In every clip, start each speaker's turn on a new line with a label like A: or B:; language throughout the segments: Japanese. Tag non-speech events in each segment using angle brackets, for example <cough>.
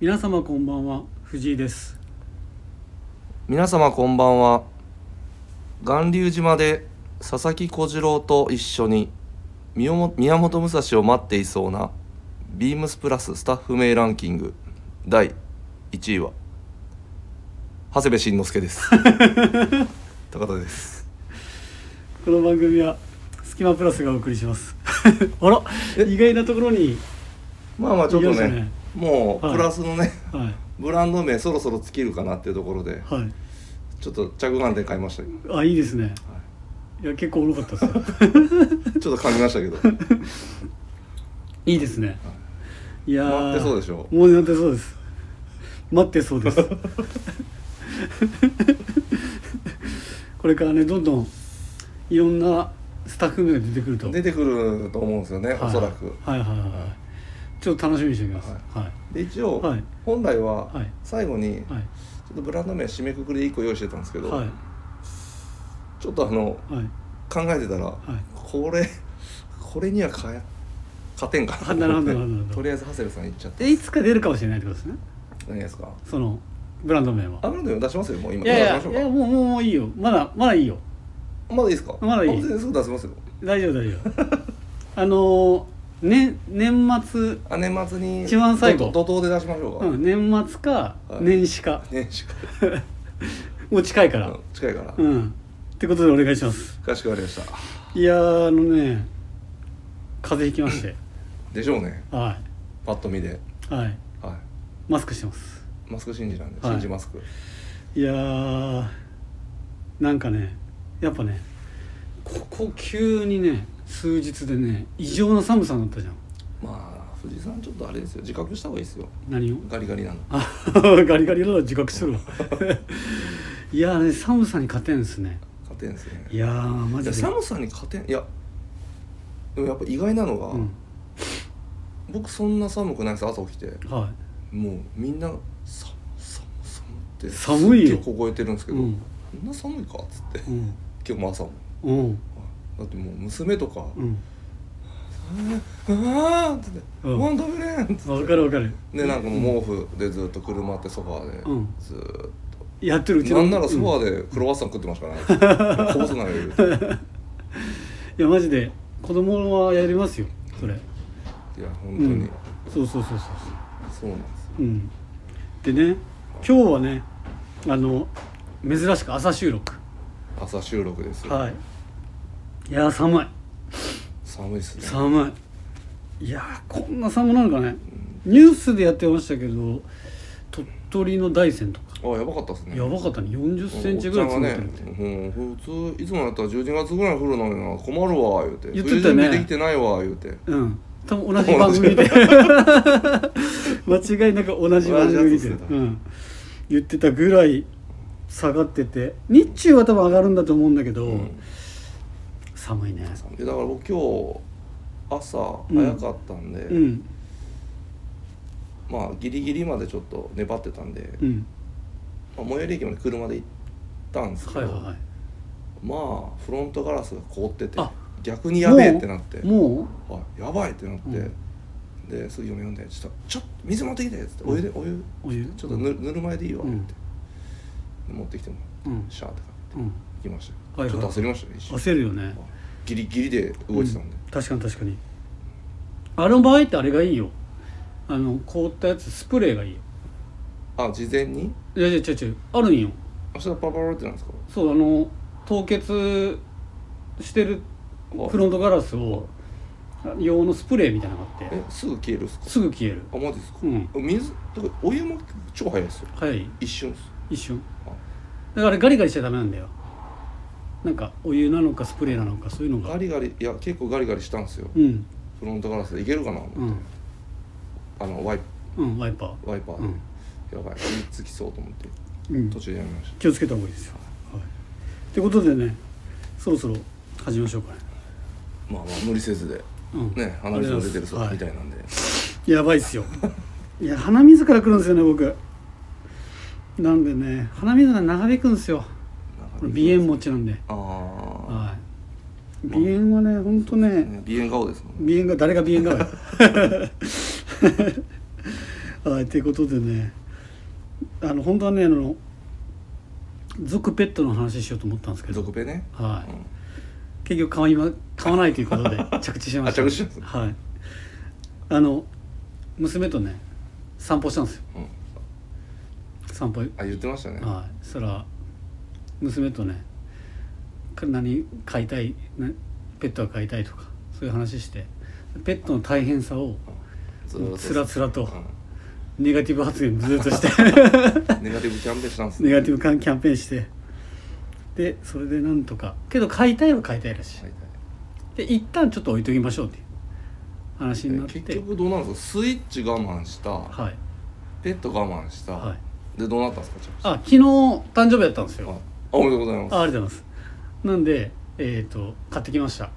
A: 皆様こんばんは藤井です
B: 皆様こんばんは巌流島で佐々木小次郎と一緒に宮本宮本武蔵を待っていそうなビームスプラススタッフ名ランキング第1位は長谷部慎之介です <laughs> 高田です
A: この番組はスキマプラスがお送りします <laughs> あら意外なところに
B: まあまあちょっと
A: いいで
B: ね
A: すね
B: もう
A: はい
B: プラスのね、
A: はい
B: ブランド名そろそろ尽きるかなっていうところで
A: はい
B: ちょっと着眼点買いました今
A: あいいですね、い、や結構おもろかった
B: <laughs>
A: ですよ
B: ちょっと感じました
A: <laughs>
B: けど
A: いいですね、い、やー
B: 待ってそうでしょ
A: もう待ってそうです待ってそう
B: <laughs>
A: ですこれからねどんどんいろんなスタッフ名が出てくると
B: 出てくると思うんですよね、
A: はい
B: おそらく。
A: はいはいはい、はい、ちょっと楽しみにしておきますはい、
B: で一応、
A: はい
B: 本来は
A: はい
B: 最後にちょ
A: はい
B: っとブランド名締めくくりで1個用意してたんですけど、
A: はい
B: ちょっとあの
A: はい
B: 考えてたら、これこれにはかえ勝てんかな
A: あなるほどなるほどなるほど
B: <laughs> とりあえず長谷部さんいっちゃって
A: でいつか出るかもしれないってことですね
B: 何ですか
A: そのブランド名
B: あ
A: は
B: ブランド名出しますよもう今
A: いやい
B: 出し
A: や
B: ましょ
A: いうやもうもうもういいよまだまだいいよ
B: かまだいいですか
A: まだいい
B: あ全然すぐ出せますよ
A: 大丈夫大丈夫あのー、ね年末、
B: あ年末に
A: 一番最後
B: 怒怒涛で出しましょうか、
A: うん、年末か
B: はい
A: 年始か、
B: 年始か
A: もう近いからら
B: うん近いから、
A: うん、ってことでお願いします
B: かしこまりました
A: いやーあのね風邪ひきまして
B: でしょうね
A: は
B: パッと見で、
A: いはい
B: は
A: マスクしてます
B: い、マスク信じなんで、
A: はい
B: 信じマスク
A: いやーなんかねやっぱねここ急にね数日でね異常な寒さになったじゃん
B: まあ藤井さんちょっとあれですよ自覚した方がいいですよ
A: 何を
B: ガリガリなの
A: あ <laughs> ガリガリなの自覚するわ <laughs> いやーね寒さに勝てんですね
B: 勝てんですね
A: いやーマ
B: い
A: ジで
B: や寒さに勝てんいやでもやっぱ意外なのが、
A: うん
B: 僕そんな寒くないです朝起きて
A: は
B: もうみんな「寒寒寒」って
A: 寒いよ
B: 結構凍えてるんですけど、
A: うん
B: こんな寒いかっつって
A: いうん
B: 今日も朝も
A: うん
B: だってもう娘とか「
A: うん
B: ああ」っつって「
A: うん
B: ご飯食べれん」っつっ
A: わかるわかる
B: てでなんかもう毛布でずっと車ってソファーで、
A: うん
B: ずーっと
A: やってるうち
B: なんならソ
A: う
B: フ
A: ん
B: ァーでクロワッサン食ってまし
A: <laughs>
B: たからねこぼすなよ言うて
A: いやマジで子供はやりますよそれ
B: いや本当
A: う
B: に、
A: んそうそうそうそう
B: そうなんですよ
A: そううんでね今日はねあの珍しく朝収録
B: 朝収録ですよ、
A: はいいやー寒い
B: 寒いっすね
A: 寒いいやーこんな寒なのかねニュースでやってましたけど鳥取の大山とか
B: あやばかったっすね
A: やばかったね4 0センチぐらい積もってるって、
B: おっちゃんがね、うん、普通いつもやったら12月ぐらい降るのにな困るわ言うて
A: 言ってたよね
B: 冬準備できてないわ言うて
A: うん多分同じ番組で <laughs> 間違いなく同じ番
B: 同
A: 組
B: じやつ
A: で、
B: ですね
A: うん、言ってたぐらい下がってて日中は多分上がるんだと思うんだけど、
B: ん
A: 寒いね
B: でだから僕今日朝
A: うん
B: 早かったんで、
A: うん
B: まあギリギリまでちょっと粘ってたんで、
A: うん
B: まあ、最寄り駅まで車で行ったんですけど、
A: はいはいはい
B: まあフロントガラスが凍ってて
A: あ
B: 逆にやべえってなって
A: も
B: あやばいってなって、
A: うん
B: ですぐ嫁呼んで「ちょっとちょっと水持ってきて」っつって「お湯でお湯
A: うお湯
B: ちょっとぬぬるま湯でいいわ」って、
A: うん
B: で持ってきても
A: うん
B: シャーってか
A: うん
B: 行きました
A: は
B: よ、
A: いはい
B: ちょっと焦りましたね一瞬
A: 焦るよね
B: ギリギリで動いてたんで、
A: 確かに確かにあの場合ってあれがいいよあの凍ったやつスプレーがいいよ
B: あ事前に
A: いやいや違う違うあるんよ
B: あそれはパラパラってなんですか
A: そうあの凍結してるフロントガラスを用のスプレーみたいなのがあって
B: えすぐ消えるっすか
A: すぐ消える
B: あマジですか、
A: うん
B: 水とかお湯も超早いですよ
A: 早い
B: 一瞬です
A: 一瞬
B: あ
A: だからガリガリしちゃダメなんだよなんかお湯なのかスプレーなのかそういうの
B: ガ
A: が
B: リガリいや結構ガリガリしたんですよ、
A: うん
B: フロントガラスでいけるかな、
A: うん
B: あのワイ
A: うんワイパー
B: ワイパーで、
A: うん
B: やばい火つきそうと思って
A: うん
B: 途中でやめました
A: 気をつけた方がいいですよ、はい、ってことでねそろそろ始めましょうかね
B: まあまあ無理せずで
A: うん
B: ね鼻水も出てるぞ
A: あり
B: み
A: がと
B: た
A: うございます
B: いなんで、
A: はいやばいっすよ <laughs> いや鼻水からくるんですよね僕なんでね鼻水が長引くんですよこれ鼻炎持ちなんで、
B: あ
A: はい、鼻炎はねほんとね
B: あ、ね鼻炎顔ですもんね
A: 鼻炎が誰が鼻炎がはい、 <laughs> ということでねあの本当はねあの族ペットの話しようと思ったんですけど、
B: 族ペね、
A: は
B: うん
A: い、結局買いま買わないという
B: <laughs>
A: ことで着地しました
B: あ着地したんですね
A: はいあの娘とね散歩したんですよ
B: うん
A: 散歩
B: あ言ってましたね、
A: はいそしたら娘とねか何飼いたいなペットは飼いたいとかそういう話してペットの大変さを
B: ずーっと
A: つらつらと
B: う
A: ネガティブ発言ずっと
B: <laughs>
A: して
B: んネガティブキャンペーンしたんです
A: ネガティブキャンキャンペーンしてでそれでなんとかけど飼いたいは飼いたいらしい、
B: はい
A: で一旦ちょっと置いときましょうっていう話にな
B: は
A: っ
B: い
A: て
B: 結局どうなんですかスイッチ我慢した、
A: はい
B: ペット我慢した、
A: はい
B: でどうなったんですかちょっと
A: あ昨日誕生日だったんですよ
B: ああおめでとうございます
A: あありがとうございますなんでえっ、と買ってきました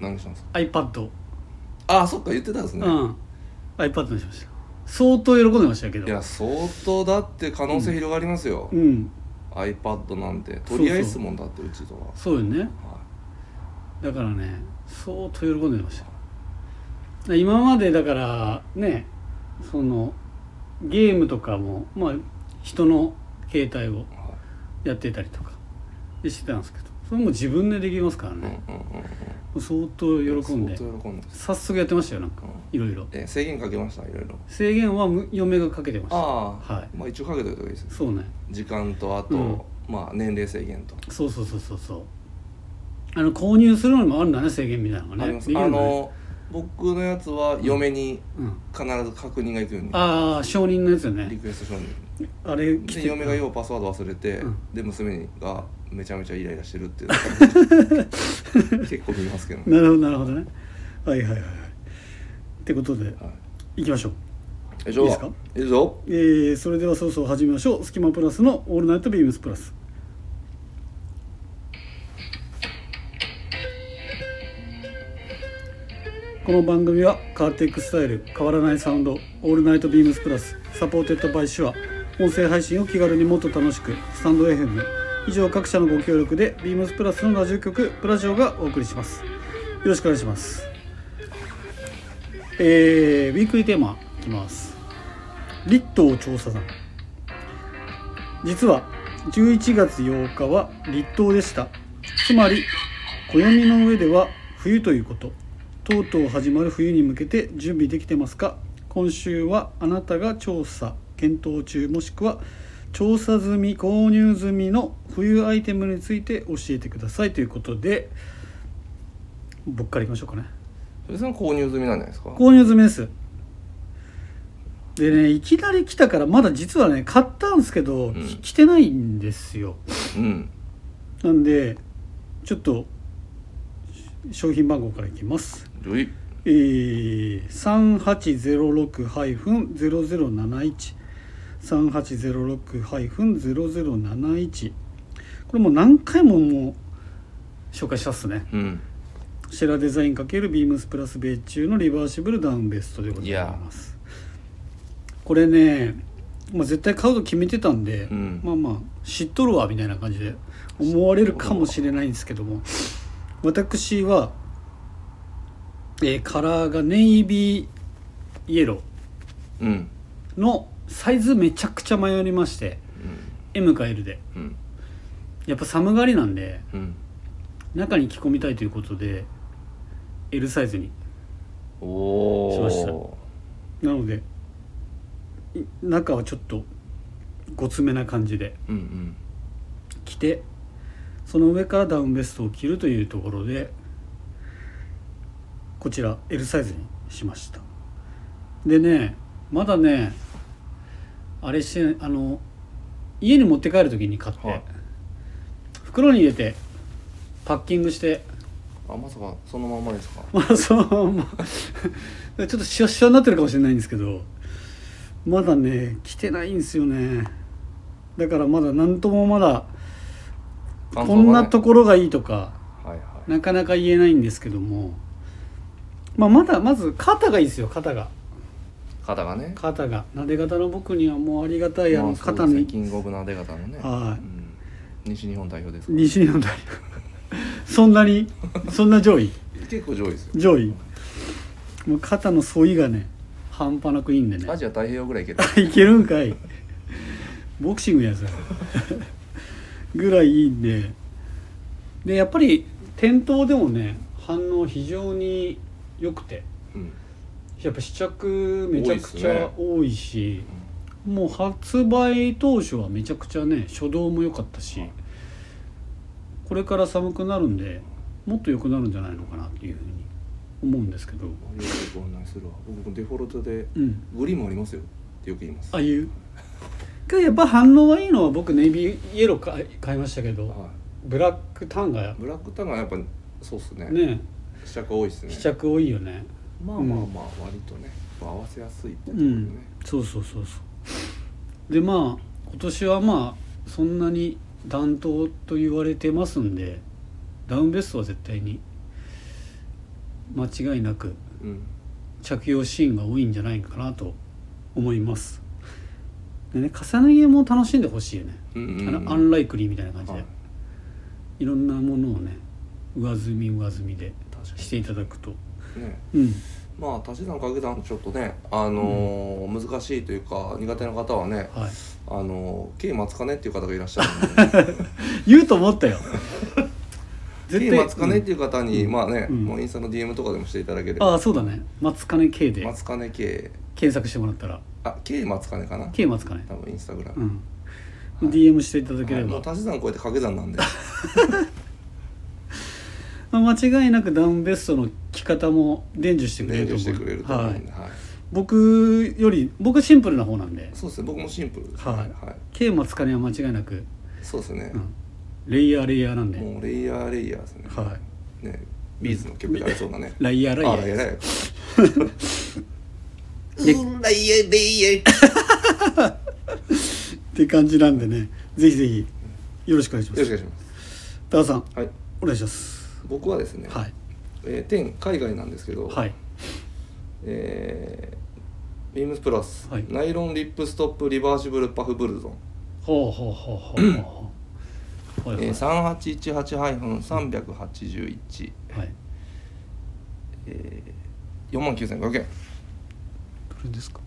B: 何したんですか
A: iPad を
B: あそっか言ってたんですね、
A: うん、iPad にしました相当喜んでましたけ
B: い
A: ど
B: や相当だって可能性広がりますよ、
A: うん
B: iPad なんて
A: そうそう
B: 取り合いっすもんだってうちとは、
A: そうよね
B: は
A: だからね相当喜んでました今までだからねそのゲームとかもまあ人の携帯を
B: いは
A: やってたりとかでしてたんですけどそれも自分でできますから
B: い、
A: ね、
B: うんうんうん
A: 相当
B: うん
A: 喜んで
B: 相当喜んでます
A: 早速やってましたよなんかいろいろ
B: え制限かけましたいろいろ
A: 制限はむ嫁がかけてました
B: ああ、
A: はい
B: まあ一応かけといた方がいいです
A: そうね
B: 時間とあと、
A: うん
B: まあ年齢制限と、
A: そうそうそうそうそうあの購入するのにもあるんだね制限みたいなのが
B: あり
A: ね
B: ます
A: でき
B: あ
A: るだね
B: の僕のやつは嫁に
A: うん、
B: 必ず確認がいくように、
A: ああ承認のやつよ
B: リ
A: ね
B: クエスト書に
A: あれ来
B: で
A: て
B: 嫁がようパスワード忘れて、
A: うん
B: で娘がめちゃめちゃイライラしてるっていう
A: <laughs>
B: 結構見ますけどね、
A: なるほどなるほどねはいはいはいはいってことで
B: はい
A: いきましょう
B: よいしょ
A: いいですか
B: よいしょ
A: えー、それではそうそう始めましょう「スキマプラス」の「オールナイトビームスプラスこの番組はカーテックスタイル変わらないサウンド「オールナイトビームスプラス」サポーテッドバイシュア音声配信を気軽にもっと楽しくスタンド FM 以上各社のご協力でビームスプラスのラジオ局プラジオがお送りしますよろしくお願いしますえー、ウィークリーテーマいきます立東調査団実は11月8日は立冬でしたつまり暦の上では冬ということとうとう始まる冬に向けて準備できてますか今週はあなたが調査検討中もしくは調査済み購入済みの冬アイテムについて教えてくださいということで僕からいきましょうかね
B: それさん購入済みなんじゃないですか
A: 購入済みですでねいきなり来たからまだ実はね買ったんですけど、
B: ん
A: き着てないんですよ
B: うん
A: なんでちょっとし商品番号からいきます
B: ルイ
A: えー、3806-0071 3806-0071これもう何回ももう紹介したっすね
B: うん
A: シェラデザイン×ビームスプラス米中のリバーシブルダウンベストでございますこれね、まあ、絶対買うと決めてたんで、
B: うん
A: まあまあ知っとるわみたいな感じで思われるかもしれないんですけども私は、えーカラーがネイビーイエロ
B: うん
A: ーのサイズめちゃくちゃ迷いまして
B: うん
A: M か L で
B: うん
A: やっぱ寒がりなんで
B: うん
A: 中に着込みたいということで L サイズに
B: おお
A: しまなのでい中はちょっとごつめな感じで
B: うんうん
A: 着てその上からダウンベストを着るというところでこちら L サイズにしましたでねまだねあれしてあの家に持って帰る時に買って、
B: はい
A: 袋に入れてパッキングして
B: あまさかそのまんまですか
A: まあそうまあちょっとシワシワになってるかもしれないんですけどまだね来てないんですよねだからまだ何ともまだ
B: 感
A: こ
B: 想がね
A: んなところがいいとか
B: はいは
A: なかなか言えないんですけども、まあ、まだまず肩がいいですよ肩が
B: い肩がね
A: 肩がなで肩の僕にはもうありがたいあ
B: ま
A: の
B: あそう
A: 肩
B: ですね
A: に
B: キングオブナデ方のね
A: はい
B: うん西日本代表ですから
A: 西日本代表そんなにそんな上位
B: 結構上位ですよ
A: 上位もう肩の反いがね半端なくいいんでね
B: アジア太平洋ぐらいいける
A: いけるんかいボクシングやつぐらいいいんででやっぱり店頭でもね反応非常に良くて
B: うん
A: やっぱ試着めちゃくちゃ多いし
B: ね
A: もう発売当初はめちゃくちゃね初動も良かったしこれから寒くなるんでもっと良くなるんじゃないのかなっていうふうに思うんですけど
B: ありがとうご案内するわ僕デフォルトで
A: うん
B: グリーンもありますよってよく言います
A: ああいうけどやっぱ反応はいいのは僕ネイビーイエロー買い買いましたけど
B: は
A: ブラックタンが
B: いブラックタンがやっぱそうっすね
A: ね
B: 試着多いっすね
A: 試着多いよね
B: まあまあまあ割とね合わせやすいってと
A: う
B: ころで
A: ん
B: ね
A: そうそうそうそうでまあ今年はまあそんなに暖冬と言われてますんでダウンベストは絶対に間違いなく
B: うん
A: 着用シーンが多いんじゃないかなと思いますでね重ね着も楽しんでほしいよね、
B: うんうん
A: あ
B: うん
A: のアンライクリーみたいな感じで、
B: はい
A: い、ろんなものをね上積み上積みで
B: 確か
A: していただくと
B: にね
A: うん
B: まあ足し算掛け算ちょっとねあのー難しいというか苦手な方はね
A: はい
B: あのー K 松金っていう方がいらっしゃ
A: <laughs>
B: るんで
A: 言うと思った
B: <laughs>
A: よ
B: K 松金っていう方に、
A: うん
B: まあね、
A: うん
B: もうインスタの DM とかでもしていただけれ
A: あ
B: ば
A: あそうだね松金 K で
B: 松金 K
A: 検索してもらったら
B: あ K 松金かな
A: K 松金
B: 多分インスタグラ
A: う
B: ム、
A: ん DM していただけ
B: は
A: れ
B: いも
A: ば、
B: う足し算超えて掛け
A: <laughs>
B: 算なんで
A: まあ、間違いなくダウンベストの着方も伝授してくれ
B: 伝
A: ると
B: 授
A: 思
B: してくれる
A: う
B: と思
A: は
B: うん
A: い
B: で、はい
A: 僕より僕シンプルな方なんで
B: そうですね僕もシンプルです、
A: はい
B: はい、
A: K 松金は間違いなく、
B: そうですね
A: う、ん、レイヤーレイヤーなんで、
B: もうレイヤーレイヤーですね、
A: は
B: ねビーズの曲でありそうなね
A: いライヤーライヤ
B: あ
A: ー
B: ら偉
A: <laughs>
B: い
A: で
B: うんレイヤーレイヤー
A: って感じなんでねぜひぜひよろしくお願いしま
B: よろしく
A: す
B: お願いします
A: 多田さん
B: はい
A: お願いします
B: 僕はですね、
A: はい
B: えー、天海外なんですけど、
A: はい
B: えービームスプラス、
A: はい
B: ナイロンリップストップリバーシブルパフブルゾン、
A: ほうほうほうほうほうはいはい
B: えー、3818-381、
A: はい
B: えー、4万9500円
A: どれですか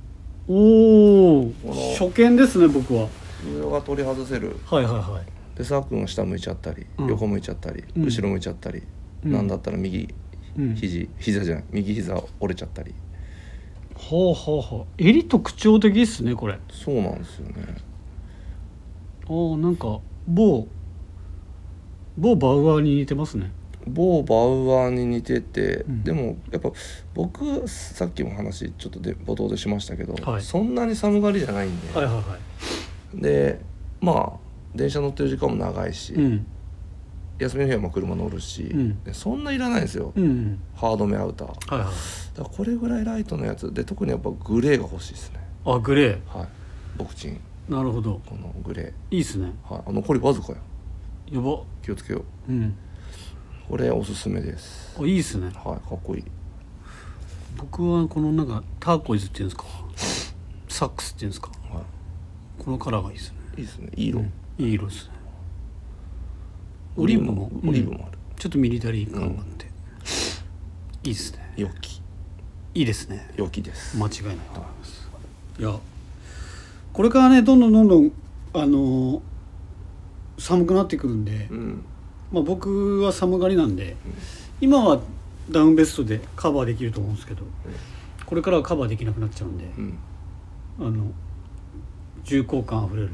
A: おお
B: この
A: 初見ですね僕は
B: 色が取り外せる
A: はいはいはい
B: でサー君が下向いちゃったり、
A: うん
B: 横向いちゃったり、
A: うん
B: 後ろ向いちゃったり、
A: うん
B: なんだったら右
A: うん
B: 肘膝じゃない右膝折れちゃったり
A: ほうほうほう襟特徴的ですねこれあ
B: そうなんですよね
A: あなんか某某バウアーに似てますね
B: 某バウアーに似てて、
A: うん
B: でもやっぱ僕さっきも話ちょっとで冒頭でしましたけど、
A: はい
B: そんなに寒がりじゃないんで、
A: はいはいはい
B: でまあ電車乗ってる時間も長いし、
A: うん
B: 休みの日はまあ車乗るし、
A: うん
B: でそんないらないんですよ、
A: うんうん
B: ハードめアウターだか
A: はいはい
B: らこれぐらいライトのやつで特にやっぱグレーが欲しいですね
A: あグレ
B: はいボクチン
A: ーなるほど
B: このグレ
A: いいっすね
B: ーはいあ残りわずかよ
A: やば
B: 気をつけよう
A: うん
B: これおすすめです
A: あいいっすね
B: はいかっこいい
A: 僕はこのなんかターコイズっていうんですかサックスっていうんですか
B: は
A: このカラーがいいですね
B: いいいですねいい色、
A: いい色ですねオリーブも
B: オリーブもある、
A: ちょっとミリタリー感があって、いいですね
B: 良き
A: いいですね
B: 良きです、
A: 間違いないと思いますいやこれからねどんどんどんどんあのー寒くなってくるんで、
B: うん
A: まあ、僕は寒がりなんで、今はダウンベストでカバーできると思うんですけどこれからはカバーできなくなっちゃうんで、
B: うん
A: あの重厚感あふれる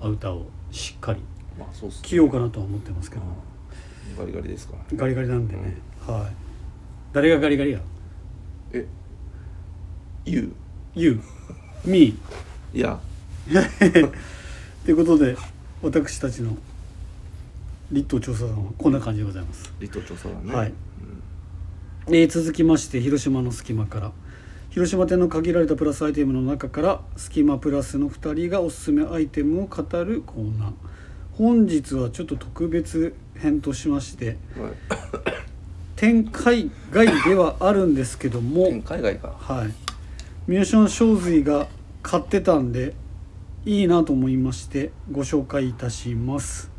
A: アウターをしっかり
B: まあそうっすね
A: 着ようかなとは思ってますけど、
B: ガリガリですからね
A: ガリガリなんでね、はい誰がガリガリや
B: え You
A: You Me
B: いや
A: ということで私たちの立東調査団はこんな感じでございます、
B: リト調査だね
A: はいえー続きまして広島の隙間から広島店の限られたプラスアイテムの中から隙間プラスの2人がおすすめアイテムを語るコーナー本日はちょっと特別編としまして
B: はい
A: 展開外ではあるんですけども
B: 天海外か
A: はい、ミュージション正髄が買ってたんでいいなと思いましてご紹介いたします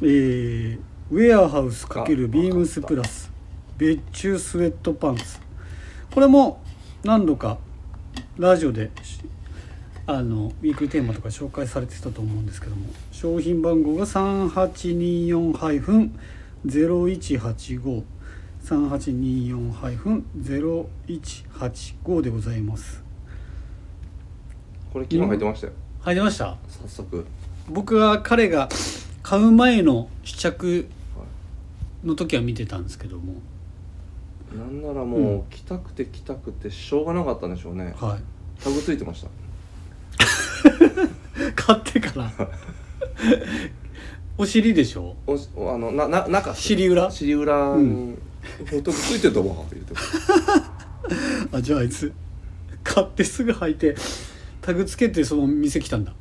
A: えーウェアハウス
B: あ
A: ×ビームスプラス別注スウェットパンツこれも何度かラジオでしあのウィークリーテーマとか紹介されてたと思うんですけども商品番号が3824-0185 3824-0185でございます
B: これ昨日入ってましたよ
A: 入りました
B: 早速
A: 僕は彼が買う前の試着の時は見てたんですけども
B: なんなら
A: う
B: もう来たくて来たくてしょうがなかったんでしょうね
A: はい
B: タグついてました
A: <laughs> 買ってから <laughs> お尻でしょ
B: おしおあのなな中
A: 尻裏
B: 尻裏
A: う
B: に「ほっとくついてたわ」って言って
A: あじゃああいつ買ってすぐ履いてタグつけてその店来たんだ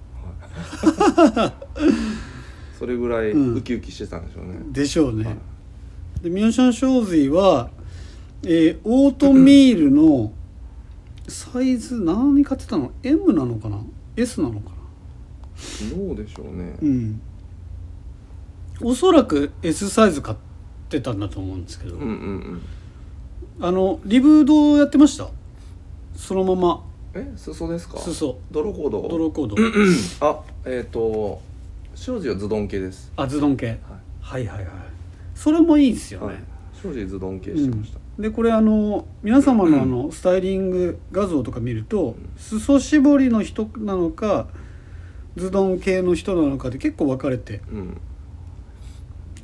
B: それぐらい
A: うん
B: ウキウキしてたんでしょうね、
A: でしょう
B: はい
A: ねでミューシャン・ショーズイは、えーオートミールのサイズ何買ってたの M なのかな S なのかな
B: どうでしょうね、
A: うんおそらく S サイズ買ってたんだと思うんですけど、
B: うん、うんうん
A: あのリブどうやってましたそのまま
B: え裾ですか
A: 裾
B: 泥コード
A: ドローコード
B: あえっ、と庄司はズドン系です
A: あズドン系
B: は
A: はいはいはいそれもいいです
B: い
A: よね、
B: はい庄司ズドン系してました、
A: でこれあの皆様のあのスタイリング画像とか見ると、裾絞りの人なのかズドン系の人なのかで結構分かれて
B: うん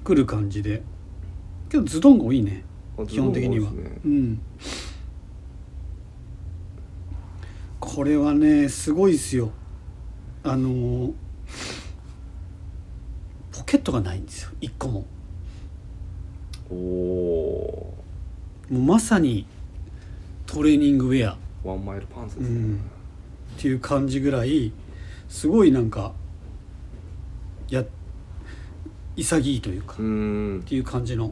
A: くる感じでけどズドンが多いね
B: あ
A: 基本的には、
B: ズドン多いですね
A: うんこれはねすごいですよあのーポケットがないんですよ一個も
B: おお
A: もうまさにトレーニングウェアっ
B: ーワンマイルパンツですね、
A: うんていう感じぐらいすごいなんかや潔いというか、
B: うー
A: っ
B: ん
A: ていう感じの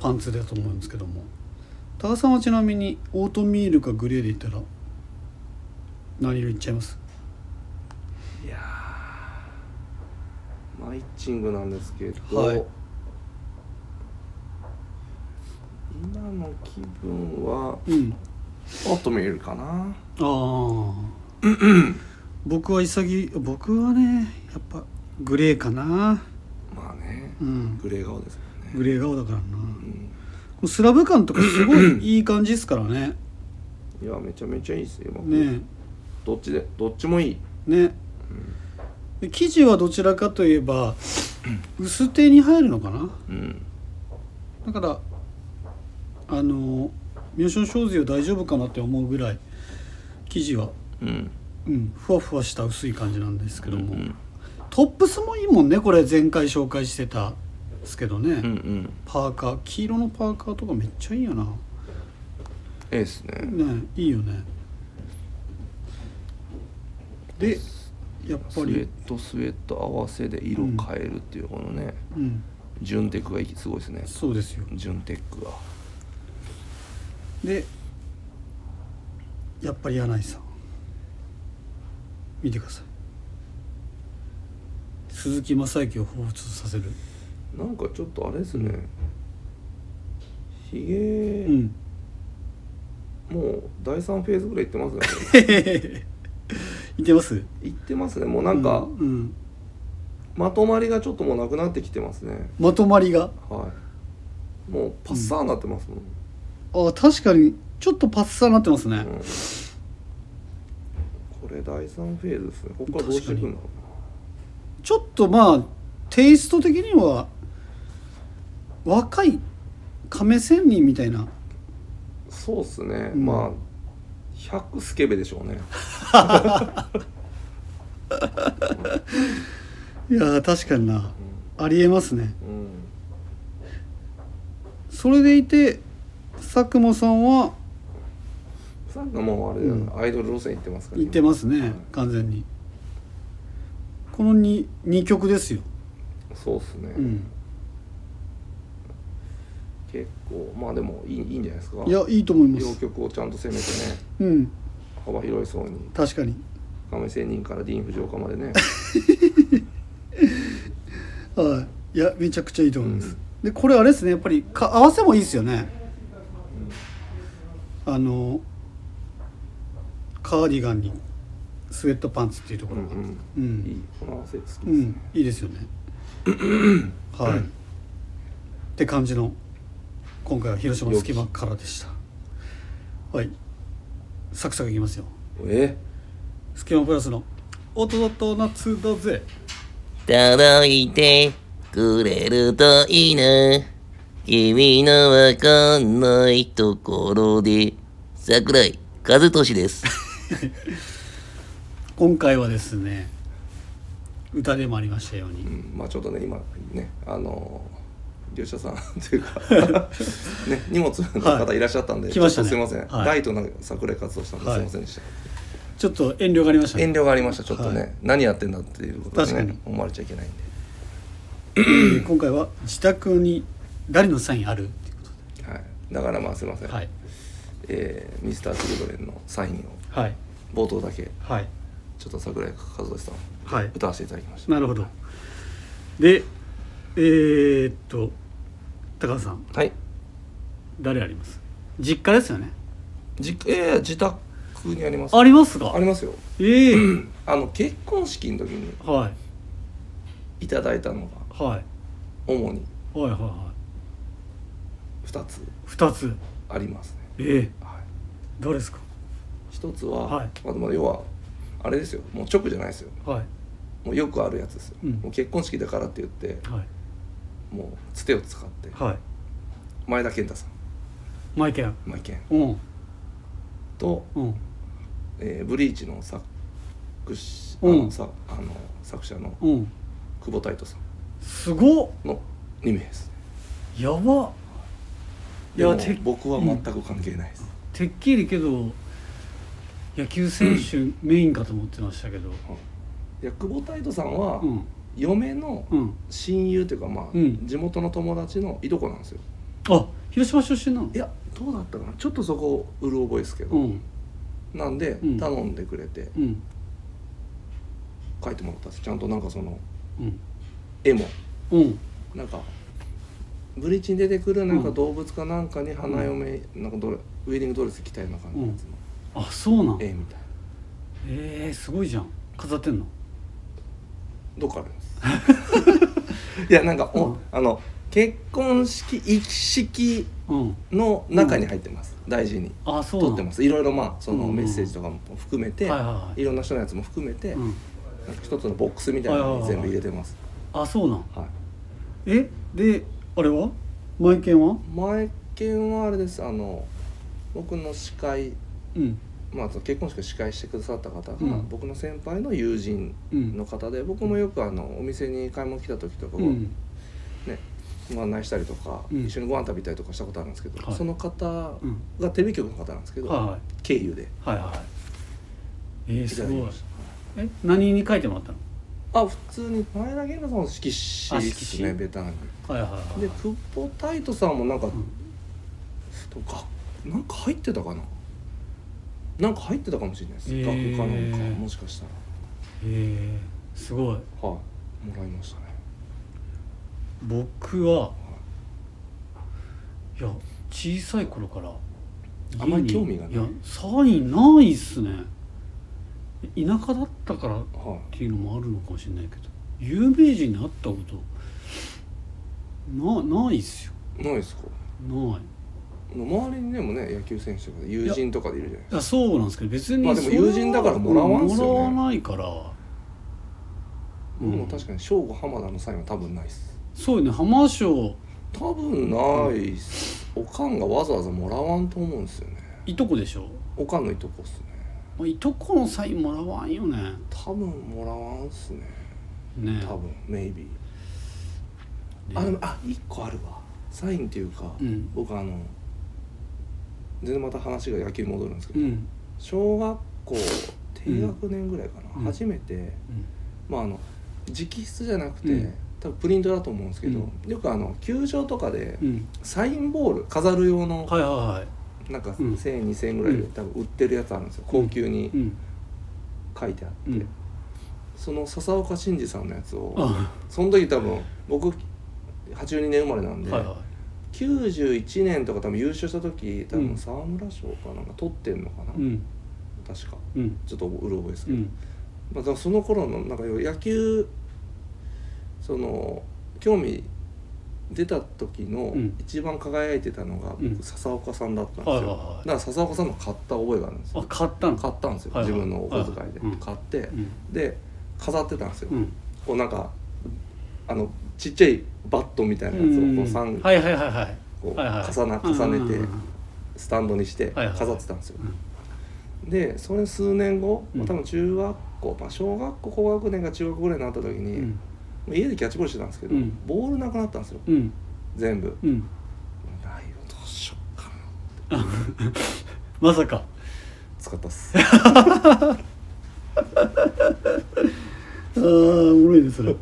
A: パンツだと思うんですけども多賀さんはちなみにオートミールかグレーで言ったら何色いっちゃいます
B: いやーマイチングなんですけど、
A: はい
B: 今の気分は
A: うん
B: オートミールかな
A: ああ僕は潔い僕はねやっぱグレーかな
B: まあね
A: うん
B: グレー顔ですもんね
A: グレー顔だからな、
B: うん
A: スラブ感とかすごいいい感じですからね。
B: いやめちゃめちゃいいですよ僕
A: ね
B: どっちでどっちもいい
A: えねで生地はどちらかといえば薄手に入るのかな
B: うん
A: だからあのミューションショーズよ大丈夫かなって思うぐらい生地は、
B: うん
A: うん、ふわふわした薄い感じなんですけども、
B: うん
A: トップスもいいもんねこれ前回紹介してたですけどね、
B: うんうん
A: パーカー黄色のパーカーとかめっちゃいいよな
B: ええっすね
A: ねえいいよねでやっぱ
B: スウェッ
A: り、
B: トスウェット合わせで色変えるっていうこのね、
A: うん、
B: ジュンテックがいいすごいですね
A: そうですよ
B: ジュンテックが
A: でやっぱり柳井さん見てください鈴木雅之を彷彿とさせる
B: なんかちょっとあれですねひげ、
A: うん
B: もう第3フェーズぐらいいってますね
A: へへへへ <laughs> いてます
B: いってますねもうなんか、
A: うんうん
B: まとまりがちょっともうなくなってきてますね
A: まとまりが
B: はいもうパッサーになってますもん、
A: あ確かにちょっとパッサーになってますね、
B: うんこれ第3フェーズですねここからどうしていくんだろ
A: ちょっとまあテイスト的には若い亀仙人みたいな
B: うなそうっすね、
A: うん
B: まあ100スケベでしょうね
A: いやー確かになありえますね
B: うん
A: それでいて佐久間さんは
B: さんがもうあれだよね、アイドル路線行ってますから
A: 言ってますね完全にこの 2, 2曲ですよ、
B: すそうっすね、
A: うん、
B: 結構まあでもいいいいんじゃないですか
A: いやいいと思いま
B: 両
A: す
B: 曲をちゃんと攻めてね
A: うん
B: 幅広いそうに
A: 確かに
B: 亀仙人からディーン・フジオカ
A: <laughs>
B: までね
A: はいいやめちゃくちゃいいと思います、でこれあれですねやっぱりか合わせもいいですよねあのカーディガンにスウェットパンツっていうとこ
B: う
A: ろ
B: ん
A: が、
B: う
A: うん
B: い
A: ん
B: いこの合わせ好きです
A: う
B: ね、
A: ん、いいですよねはいって感じの今回は広島の隙間からでしたはいサクサクいきますよ
B: え
A: スキマプラスの「音と夏だぜ
C: 届いてくれるといいな君のわかんないところで桜井和俊です」
A: 今回はですね歌でもありましたように、
B: うんまあちょっとね今ねあのー業者さんとい
A: <laughs>
B: うかね荷物の方いらっしゃったんで、
A: はい来ましたね
B: ちょっとすいません、
A: はい
B: ライトな桜井活動したんです
A: はい
B: いませんでした、
A: ちょっと遠慮がありましたね
B: 遠慮がありましたちょっとね、
A: はい
B: 何やってんだっていうことで
A: 確か
B: ね
A: に
B: 思われちゃいけないん
A: えー今回は自宅に誰のサインあるっていうこ
B: で、はい、だからまあすいません、
A: とではい
B: えー、ミスター・チルドレンのサインを
A: はい
B: 冒頭だけ
A: はい
B: ちょっと桜井和寿さん
A: はい
B: 歌わせていただきました、
A: なるほどでえー、っと高橋さん
B: はい
A: 誰あります実家ですよね
B: じえー、自宅にあります
A: ありますか
B: ありますよ
A: ええ
B: あの結婚式の時に
A: はい
B: いただいたのが
A: はい
B: 主に
A: はいはいは
B: 2つ
A: い2つ
B: ありますね、
A: ええ
B: は
A: 誰ですか
B: い、1つは、
A: はい
B: まあ、まあ要はあれですよもう直じゃないですよ
A: はい
B: もうよくあるやつですよ、
A: うん
B: もう結婚式だからって言って
A: はい
B: もうつてを使って
A: はい
B: 前田健太さん
A: マイケン
B: マイケン
A: うん
B: と、
A: うん
B: えーブリーチの作詞あ
A: うん
B: のさあの作者の
A: うん
B: 久保太斗さん
A: すごっ
B: の2名です
A: やばっいや
B: で
A: て
B: も僕は全く関係ないです、
A: てっきりけど野球選手メインかと思ってましたけど
B: いや久保太斗さんは、
A: うん
B: 嫁の
A: うん
B: 親友というかまあ、
A: うん
B: 地元の友達のいとこなんですよ
A: あ広島出身なの
B: いやどうだったかなちょっとそこうる覚えですけど、
A: うん
B: なんで、
A: うん
B: 頼んでくれて
A: うん
B: 書いてもらったんですちゃんとなんかその
A: うん
B: 絵も
A: うん
B: なんかブリーチに出てくるなん
A: う
B: か
A: ん
B: 動物かなんかに花嫁、なんかドレウェディングドレス着たような感じのやつの
A: あそうなん
B: 絵みたいな
A: えー、すごいじゃん飾ってんの
B: どっかあるんです <laughs> いやなんかお、
A: うん
B: あの結婚式一式
A: うん
B: の中に入ってます、大事に
A: あそうな
B: 撮
A: ん
B: ってますいろいろまあその
A: うん
B: メッセージとかも含めて、
A: はいはいはい
B: ろんな人のやつも含めて、
A: うん、
B: なんか一つのボックスみたいなのに全部入れてます、
A: あそうなん
B: はい
A: えであれはマイケンは
B: 前件はあれですあの僕の司会
A: うん
B: まあ、その結婚式を司会してくださった方が、
A: うん
B: 僕の先輩の友人の方で、僕もよくあのお店に買い物来た時とか
A: う
B: は、
A: ん
B: ねご案内したりとか、
A: うん
B: 一緒にご飯食べたりとかしたことあるんですけど、
A: はい
B: その方
A: うん
B: がテレビ局の方なんですけど、
A: は
B: 経由で
A: いはいはいはいえー、
B: い
A: す
B: ただき
A: ごい
B: ました。
A: え何に書いてもらったの
B: あ普通に前田健太さんの色
A: あ
B: 紙です
A: 色
B: ね
A: 紙
B: ベタに
A: はいはいはい
B: で久保太斗さんもなんか、
A: ん
B: とかなんか入ってたかななんか入ってたかもしれないです、
A: へー
B: 学科なんかもしかした
A: えー、すごい
B: らはいもらいましたね
A: 僕はいや小さい頃から
B: あまり
A: 家に
B: 興味がない
A: やサインないっすね田舎だったからっ
B: は
A: ていうのもあるのかもしれないけど有名人に会ったことなないっすよ
B: いないですか
A: ない
B: 周りにでもね野球選手とかで友人とかでいるじゃないです
A: あそうなんですけど別に
B: まあでも
A: それは
B: 友人だからもらわんっすよね
A: もらわないから
B: か、もう確かに正吾浜田の際は多分ないっす
A: そうよね浜省
B: 多分ないっす、おかんがわざわざもらわんと思うんですよね
A: いとこでしょ
B: おかんのいとこっすね
A: まあいとこのサインもらわんよね
B: 多分もらわんっすね
A: ね
B: 多分 maybe
A: ね
B: あでもあ一個あるわサインっていうか、
A: うん
B: 僕あの全然また話が野球に戻るんですけ
A: う
B: ど、
A: ん
B: 小学校低学年ぐらいかな、
A: うん
B: 初めて、
A: うん
B: まああの直筆じゃなくて、
A: うん
B: 多分プリントだと思うんですけど、
A: う
B: よくあの球場とかで
A: うん
B: サインボール飾る用の
A: はいはいはい
B: なんか
A: うん
B: 1,000円2,000円ぐらいで多分売ってるやつあるんですよ高級に
A: うん
B: 書いてあっ
A: う
B: て、
A: ん
B: その笹岡慎二さんのやつを
A: あ
B: その時多分僕82年生まれなんで、
A: はいは
B: 91年とか多分優勝した時多
A: うん
B: 分沢村賞かなんか取ってんのかな、
A: うん
B: 確か
A: うん
B: ちょっとうる覚えです
A: う
B: けど、
A: ん
B: まあ、だからその頃のなんか野球その興味出た時の
A: うん
B: 一番輝いてたのが
A: うん
B: 僕笹岡さんだったんですよ、
A: はいはいは
B: だから笹岡さんの買った覚えがあるんです
A: いあ
B: よ
A: 買ったの
B: 買ったんですよ、
A: はいはい
B: 自分のお小遣いで、
A: はいはいうん
B: 買って
A: うん
B: で飾ってたんですよ、
A: うん
B: こうなんかあのちっちゃいバットみたいなやつをこう三
A: はいはいはいはい
B: こう
A: はいはい
B: 重な重ねて
A: うん
B: スタンドにして
A: はいはい
B: 飾ってたんですよ、でそれ数年後、
A: うん
B: 多分中学校、まあ、小学校高学年が中学ぐらいになった時
A: う
B: に、
A: ん
B: 家でキャッチボールしてたんですけど、
A: うん
B: ボールなくなったんですよ
A: うん
B: 全部
A: うんうん
B: ないよどうしよっかな
A: まさか
B: 使ったっす
A: あーおもろいねそれ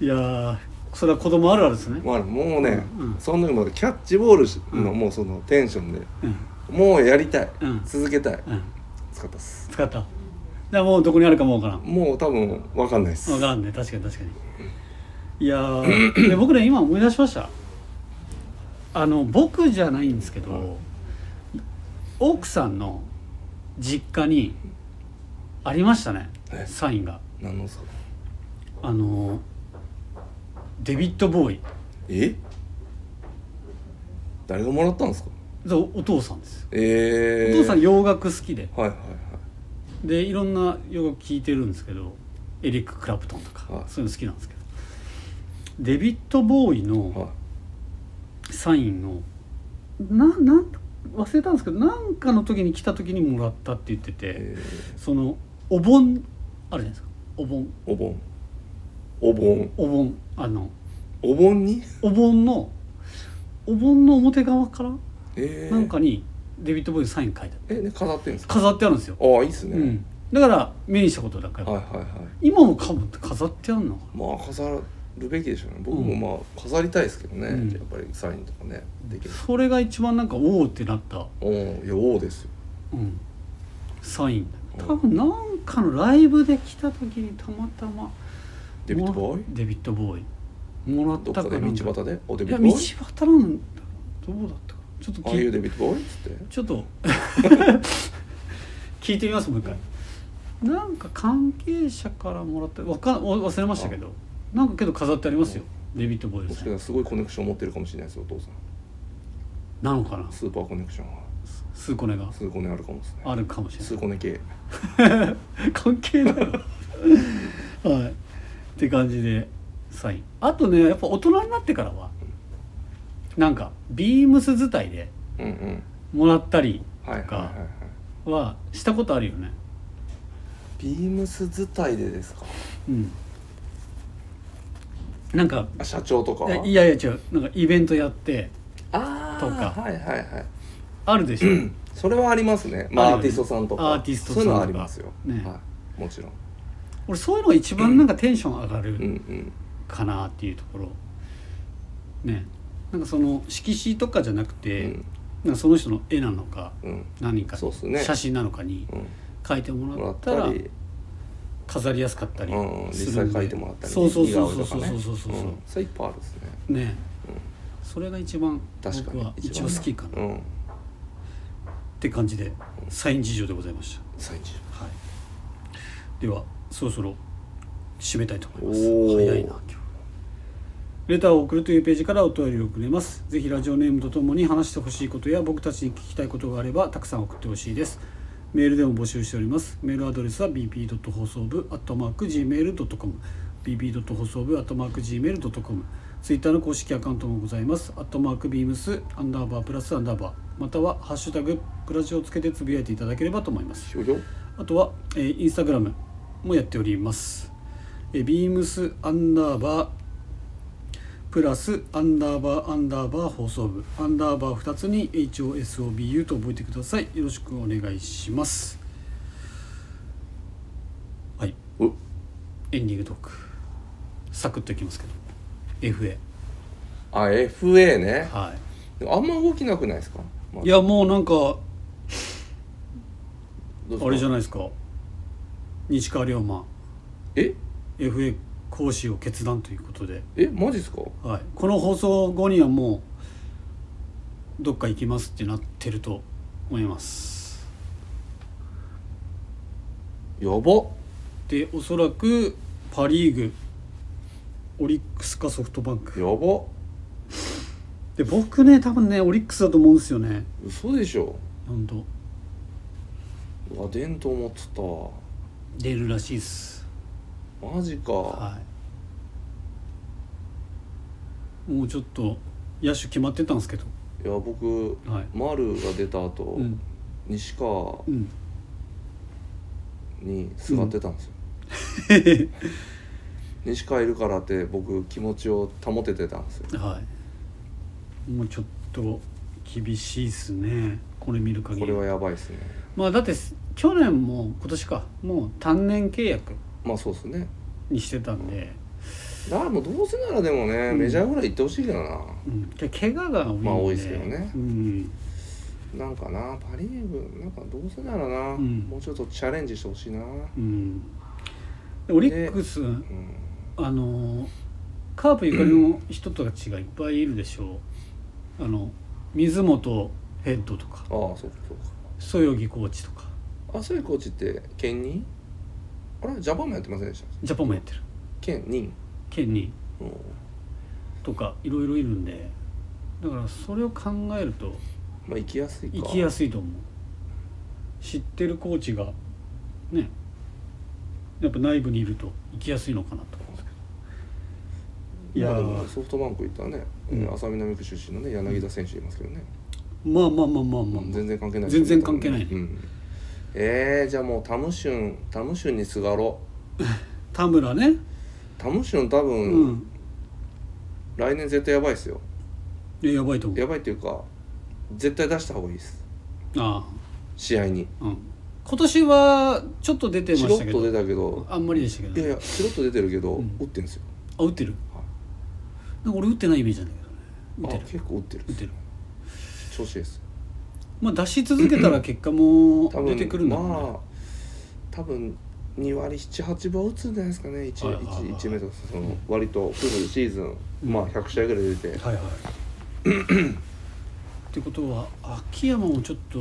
A: いやーそれは子供あるあるですね
B: まあ <laughs> もうね、
A: うん
B: その時もうキャッチボールの、
A: うん
B: もうそのテンションで
A: うん
B: もうやりたい、
A: うん
B: 続けたい、
A: うん
B: 使ったっす
A: 使ったじゃあもうどこにあるかもわからん
B: もう多分わかんないっす
A: わからんね確かに確かにいやーで僕ね今思い出しましたあの僕じゃないんですけど、
B: はい
A: 奥さんの実家にありましたね
B: え
A: サインが
B: 何のですか
A: あのデビッド・ボーイ
B: え誰がもらったんですか
A: そうお父さんですよ
B: え
A: お
B: え
A: 父さん洋楽好きで
B: はいはいは
A: でいろんな洋楽聴いてるんですけどエリック・クラプトンとか、
B: はい
A: そういうの好きなんですけどデビッド・ボーイの、
B: いは
A: サインのななん忘れたんですけどなんかの時に来た時にもらったって言ってて、
B: い、えー、
A: そのお盆あるじゃないですかお盆
B: お盆お盆
A: お盆あの
B: お盆に
A: お盆のお盆の表側から
B: えー、
A: なんかにデビッド・ボーイのサイン書いてある
B: えで飾ってんですか
A: 飾ってあるんですよ、
B: ああいいっすね、
A: うん、だから目にしたことだから、
B: はいはいはい
A: 今もかぶって飾ってあるのか
B: まあ飾るべきでしょうね僕
A: うん
B: もまあ飾りたいですけどね、
A: うん
B: やっぱりサインとかねできる
A: なそれが一番なんかおおってなった、
B: おおいやおおですよ
A: うん、サイン多分なんかのライブで来た時にたまたま
B: デビッド
A: も
B: ボーイ
A: らデビッドボーイもらっ
B: どったかで
A: なんか
B: 道端でおデ
A: い
B: ビッ
A: や
B: ド
A: 道
B: ボーイ
A: 端なんだどうだったかなちょっと
B: ああいう
A: 聞い
B: デビッドボーイっつって
A: ちょっと <laughs> 聞いてみますもう一回なんか関係者からもらったわかんお忘れましたけどなんかけど飾ってありますよデビッド・ボーイ
B: も
A: のサ
B: しかし
A: イ
B: た
A: ン
B: らすごいコネクション持ってるかもしれないですよお父さん
A: なのかな
B: スーパーコネクションは
A: 数コネが
B: 数コネあるかもですね
A: あるかもしれない
B: 数コネ系
A: <laughs> 関係ないわはいって感じでサインあとねやっぱ大人になってからはなんかビームス自体で
B: うんうん
A: もらったり
B: はいはいはいはい
A: はしたことあるよね
B: ビームス自体でですか
A: うんなんか
B: あ社長とか
A: いやいやいや違うなんかイベントやって
B: あー
A: とか
B: はいはいはい
A: あるでしょ、
B: それはありますねまあ
A: あるよね
B: アーティストさんとか
A: アーティストさ
B: そ
A: ん
B: うい
A: とか
B: うのはありますよ、
A: ね
B: はい、もちろん
A: 俺そういうのが一番なんかテンション上が
B: うんう
A: る
B: ん
A: かなっていうところねなんかその色紙とかじゃなく
B: う
A: て、
B: ん
A: なんかその人の絵なのか
B: うん
A: 何か
B: そうっすね
A: 写真なのかに
B: う
A: 書いても
B: んも
A: ら
B: ら
A: っ
B: ったた
A: ら
B: り
A: 飾りやすかったり
B: うんうん
A: す
B: 実
A: るんで
B: 際書いてもらったり
A: そうそう
B: 似
A: そう
B: 顔絵
A: そう
B: と
A: そ
B: か
A: う
B: ね
A: そうそうそう
B: うんそれいっぱいあるですね
A: ねそれが一番
B: 確か
A: 僕
B: に
A: は一番好きかなっ
B: うん
A: て感じでサイン事情でございました
B: 最近
A: はい、ではそろそろ締めたいと思いま
B: お
A: す
B: ー
A: 早いな今日レターを送るというページからお便りを送れますぜひラジオネームとともに話してほしいことや僕たちに聞きたいことがあればたくさん送ってほしいですメールでも募集しておりますメールアドレスは bp. 放送部 .gmail.com bp. 放送部 .gmail.com ツイッターの公式アカウントもございます。アットマークビームスアンダーバープラスアンダーバーまたはハッシュタグプラジオをつけてつぶやいていただければと思います。
B: 終了
A: あとは、えーインスタグラムもやっております。えー、ビームスアンダーバープラスアンダーバーアンダーバー放送部アンダーバー2つに HOSOBU と覚えてください。よろしくお願いします。はい、
B: う
A: エンディングトーク。サクッといきますけど。FA。
B: あ FA ね
A: は
B: でもあんま動きなくないですかまあ
A: い。いや、もうなんか、
B: どうですか
A: あれじゃないですか。西川龍馬、
B: え
A: FA 講師を決断ということで。
B: えマジですか
A: はい、この放送後にはもうどっか行きますってなってると思います
B: やば
A: でおそらくパ・リーグオリックスかソフトバンク
B: やば
A: で僕ね多分ねオリックスだと思うんですよね
B: 嘘でしょ
A: 本当
B: うわ出んと思ってた
A: 出るらしいです
B: マジか、
A: はいもうちょっと野手決まってたんですけど
B: い、や僕、
A: はい
B: 丸が出た後、
A: うん
B: 西川
A: うん <laughs>
B: にすがってたんですよ、西川いるからって僕気持ちを保ててたんですよ
A: はいもうちょっと厳しいですねこれ見る限
B: これ
A: り
B: はやばいですね
A: まあだって去年も今年かもう単年契約
B: まあそうですね
A: にしてたんで、
B: だからもうどうせならでもね、
A: うん
B: メジャーぐらい行ってほしいけどな
A: うん、で怪我が多いんで、
B: まあ多いですけどね
A: うん、
B: なんかなパ・リーグなんかどうせならな、
A: うん
B: もうちょっとチャレンジしてほしいな
A: うん、でオリックス
B: うん
A: あのーカープゆかりの人たちがいっぱいいるでしょうあの水本ヘッドとか
B: ああそうかそう
A: そよぎコーチとか
B: かあそういうコーチって県にあれジャパンもやってませんでした
A: ジャパンもやってる
B: 県に
A: 県に
B: うん
A: とかいろいろいるんでだからそれを考えると
B: まあ行きやすいか
A: 行きやすいと思う知ってるコーチがねやっぱ内部にいると行きやすいのかなと思うんですけ
B: い
A: い
B: や
A: やー
B: ソフトバンク行ったらね、えー
A: うん
B: 浅南区出身のね柳田選手いますけどね、
A: どまあまあまあまあまあ、
B: うん全然関係ない
A: 全然関係ないね
B: うん、えー、じゃあもうタムシュンタムシュンにすがろう
A: 田村ね
B: タムシュン多
A: う
B: 分、
A: ん、
B: 来年絶対やばいですよ
A: いややばいと思う
B: やばいっていうか絶対出した方がいいです
A: あ
B: 試合に
A: あうん今年はちょっと出てま
B: チ
A: し
B: ロ
A: た
B: ッ
A: け
B: と
A: ど
B: 出たけど
A: あんまりでしたけど
B: いやい
A: ね
B: やチロッと出てるけど、
A: うん
B: 打ってんですよ
A: あ打ってる
B: は
A: なんか俺打ってないイメージなんだけど
B: あ
A: ね打ってる
B: 結構打ってる
A: 打ってる
B: 調子いいです
A: まあ出し続けたら結果も
B: 多分
A: 出てくるんだろうね、
B: まあ多分2割78分打つんじゃないですかね
A: はいはいはい
B: 1, 一目とかその割とフルシーズン、まあ100試合ぐらい出て、
A: はいはい。ってことは秋山もちょっと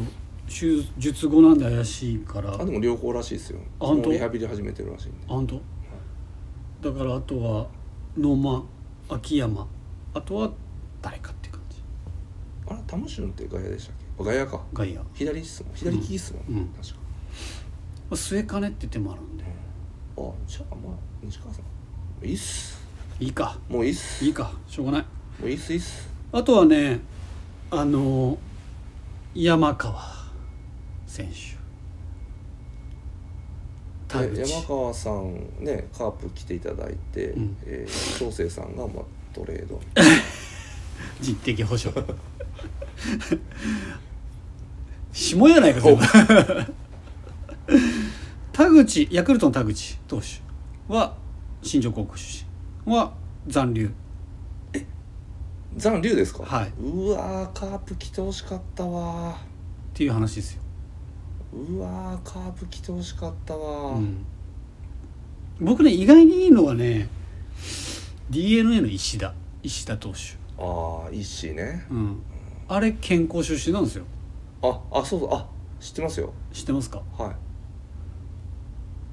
A: 手術後なんで怪しいから
B: あでも良好らしいですよ
A: あ本当
B: もうリハビリ始めてるらしいんで
A: あ本当だからあとは野間秋山あとは誰かっていう感じ
B: あれタムシュンって外野でしたっけあ外野か
A: 外野、ま
B: 左っすもん左利きっすもん、
A: うん
B: 確か
A: あ、末金って手もあるんで
B: あじゃあまあ西川さんいいっす
A: いいか
B: もういいっす
A: いいかしょうがない
B: もういいっすいいっす
A: あとはねあの山川選手田
B: で
A: 口
B: 山川さんねカープ来ていただいて、
A: うん
B: えー長生さんが、まあ、トレード
A: 人的保障下やないかそれ田口ヤクルトの田口投手は新庄高校出身は残留
B: 残留ですか
A: はいう
B: わーカープ来てほしかったわ
A: っていう話ですよ、
B: ーうわーカープ来てほしかったわー、
A: うん僕ね意外にいいのはね d n a の石田石田投手、
B: ああ石井ね
A: うん、あれ健康出身なんですよ
B: ああそうそうあ知ってますよ
A: 知ってますかっ
B: はい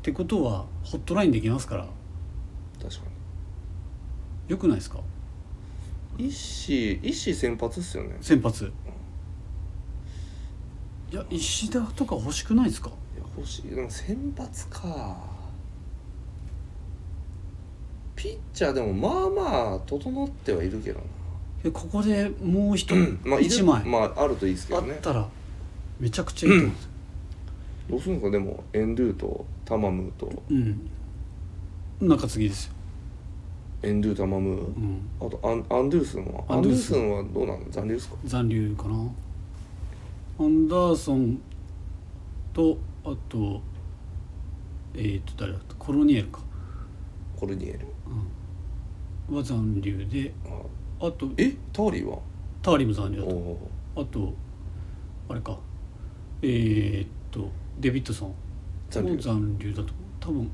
A: てことはホットラインできますから
B: 確か
A: よくないですか
B: に石井石井先発っすよね
A: 先発いや石田とか欲しくないですか
B: いや欲しいでも先発かピッチャーでもまあまあ整ってはいるけどな
A: えここでもう一
B: まあいる
A: 一枚
B: まああるといいですけ
A: あ
B: ど
A: っ
B: ね
A: たらめちゃくちゃいいと思うんですよ
B: どうするんですかでもエンドゥとタマムーと
A: うん中継ぎですよ、
B: エンドゥタマムー、
A: うん、
B: あとアンアンドゥースンはア
A: ア
B: ン
A: ン
B: ド
A: ドゥー
B: ゥース
A: ス
B: ンはどうなの残留ですか
A: 残留かなアンダーソンとあとえっ、と誰だったコロニエルか、
B: コルニエル
A: うん、は残留で
B: あ
A: あと
B: えターリーは
A: ターリム残留だ
B: お
A: と
B: お
A: あとあれかえーっとデビッドソン
B: 残留
A: もう残留だと多分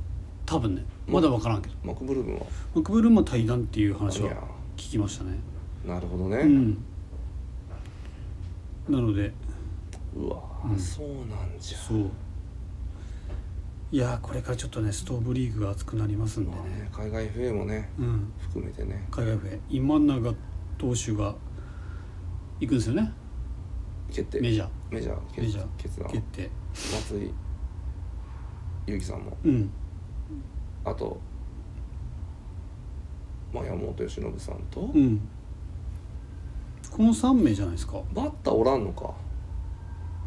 A: 多分ねまだ分からんけど、
B: マクブルームは
A: マクブルームは対談っていう話
B: い
A: は
B: や
A: 聞きましたね
B: なるほどね、
A: うんなので
B: うわ、そうなんじゃ
A: そういやーこれからちょっとねストーブリーグが熱くなりますんで
B: まあ
A: ね、
B: ね海外 FA もね
A: うん、
B: 含めてね
A: 海外へ今永投手が行くんですよね
B: 決定
A: メジャー
B: メジャー
A: メジャー
B: 決決
A: 決
B: 断
A: 定
B: 松井裕樹さんも
A: うん
B: あと、まあ、山本由伸さんと、
A: うんこの3名じゃないですか
B: バッターおらんのか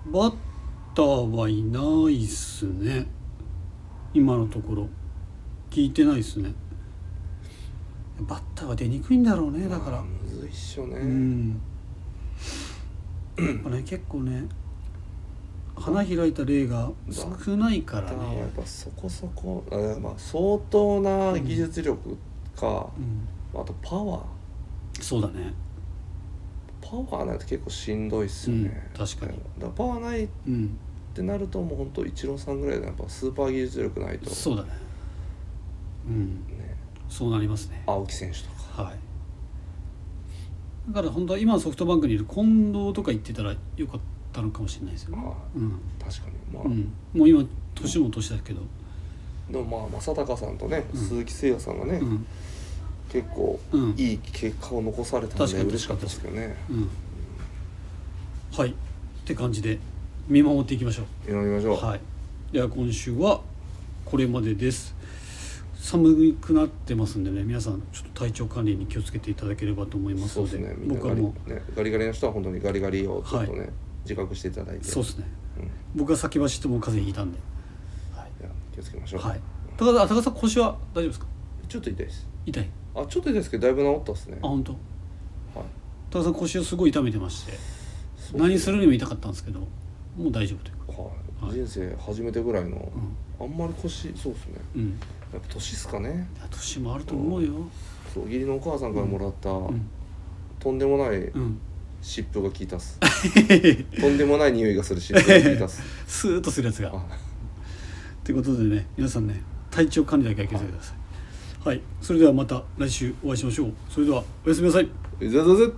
A: バッターはいないっすね今のところ聞いてないっすねバッターは出にくいんだろうねだから
B: まあむずいっしょね、
A: うんやっぱね結構ね花開いた例が少ないか
B: バ
A: ら
B: ッターはやっ
A: ね、
B: ぱそこそこあまあ相当な技術力か、
A: うん、
B: あとパワー
A: そうだね
B: パワーないと結構しんどいっすよね、
A: うん確かに
B: だらパワーないっ
A: うん
B: てなるともうほんとイチローさんぐらいでやっぱスーパー技術力ないと
A: そうだねうん
B: ね
A: そうなりますね
B: 青木選手とか
A: はいだから本当は今のソフトバンクにいる近藤とか行ってたらよかったのかもしれないですよね
B: は
A: うん、
B: 確かにまあ、
A: うん、もう今年も年だけど、
B: でもまあ正隆さんとね、
A: うん
B: 鈴木誠也さんがね、
A: うん
B: 結構
A: うん
B: いい結果を残されたん
A: 確
B: で
A: かに
B: 嬉しかったですけどね
A: うん、はいって感じで見守っていきましょう
B: やりましょう、
A: はい、では今週はこれまでです寒くなってますんでね皆さんちょっと体調管理に気をつけていただければと思います
B: そう
A: の
B: です
A: で
B: ねみんな
A: 僕
B: ガ
A: は
B: リ,、
A: も
B: ね、ガリガリの人は本当にガリガリをちょっとね、
A: は
B: 自覚していただいて
A: うそうですね
B: うんい
A: 僕が先走ってもう風邪ひいたんで
B: や気をつけましょう、
A: はい高田あ高田さん腰は大丈夫ですか
B: ちょっと痛いです
A: 痛い
B: あちょっと痛いですけどだいぶ治ったっすね
A: あ本当
B: はい
A: 高田さん腰をすごい痛めてまして
B: そう
A: 何するにも痛かったんですけどもう大丈夫というか
B: はい、
A: はい
B: 人生初めてぐらいの、あんまり腰そうですね
A: うん
B: やっぱ年っすかね
A: いや年もあると思うよ
B: そう義理のお母さんからもらった、
A: うん
B: とんでもない
A: うん
B: 湿布が効いた
A: <laughs>
B: っすとんでもない匂いがする湿布が効いたっす
A: スーッとするやつが
B: あ
A: ということでね皆さんね体調管理だけは気をつけてくださいはい、それではまた来週お会いしましょうそれではおやすみなさい
B: ぜぜぜ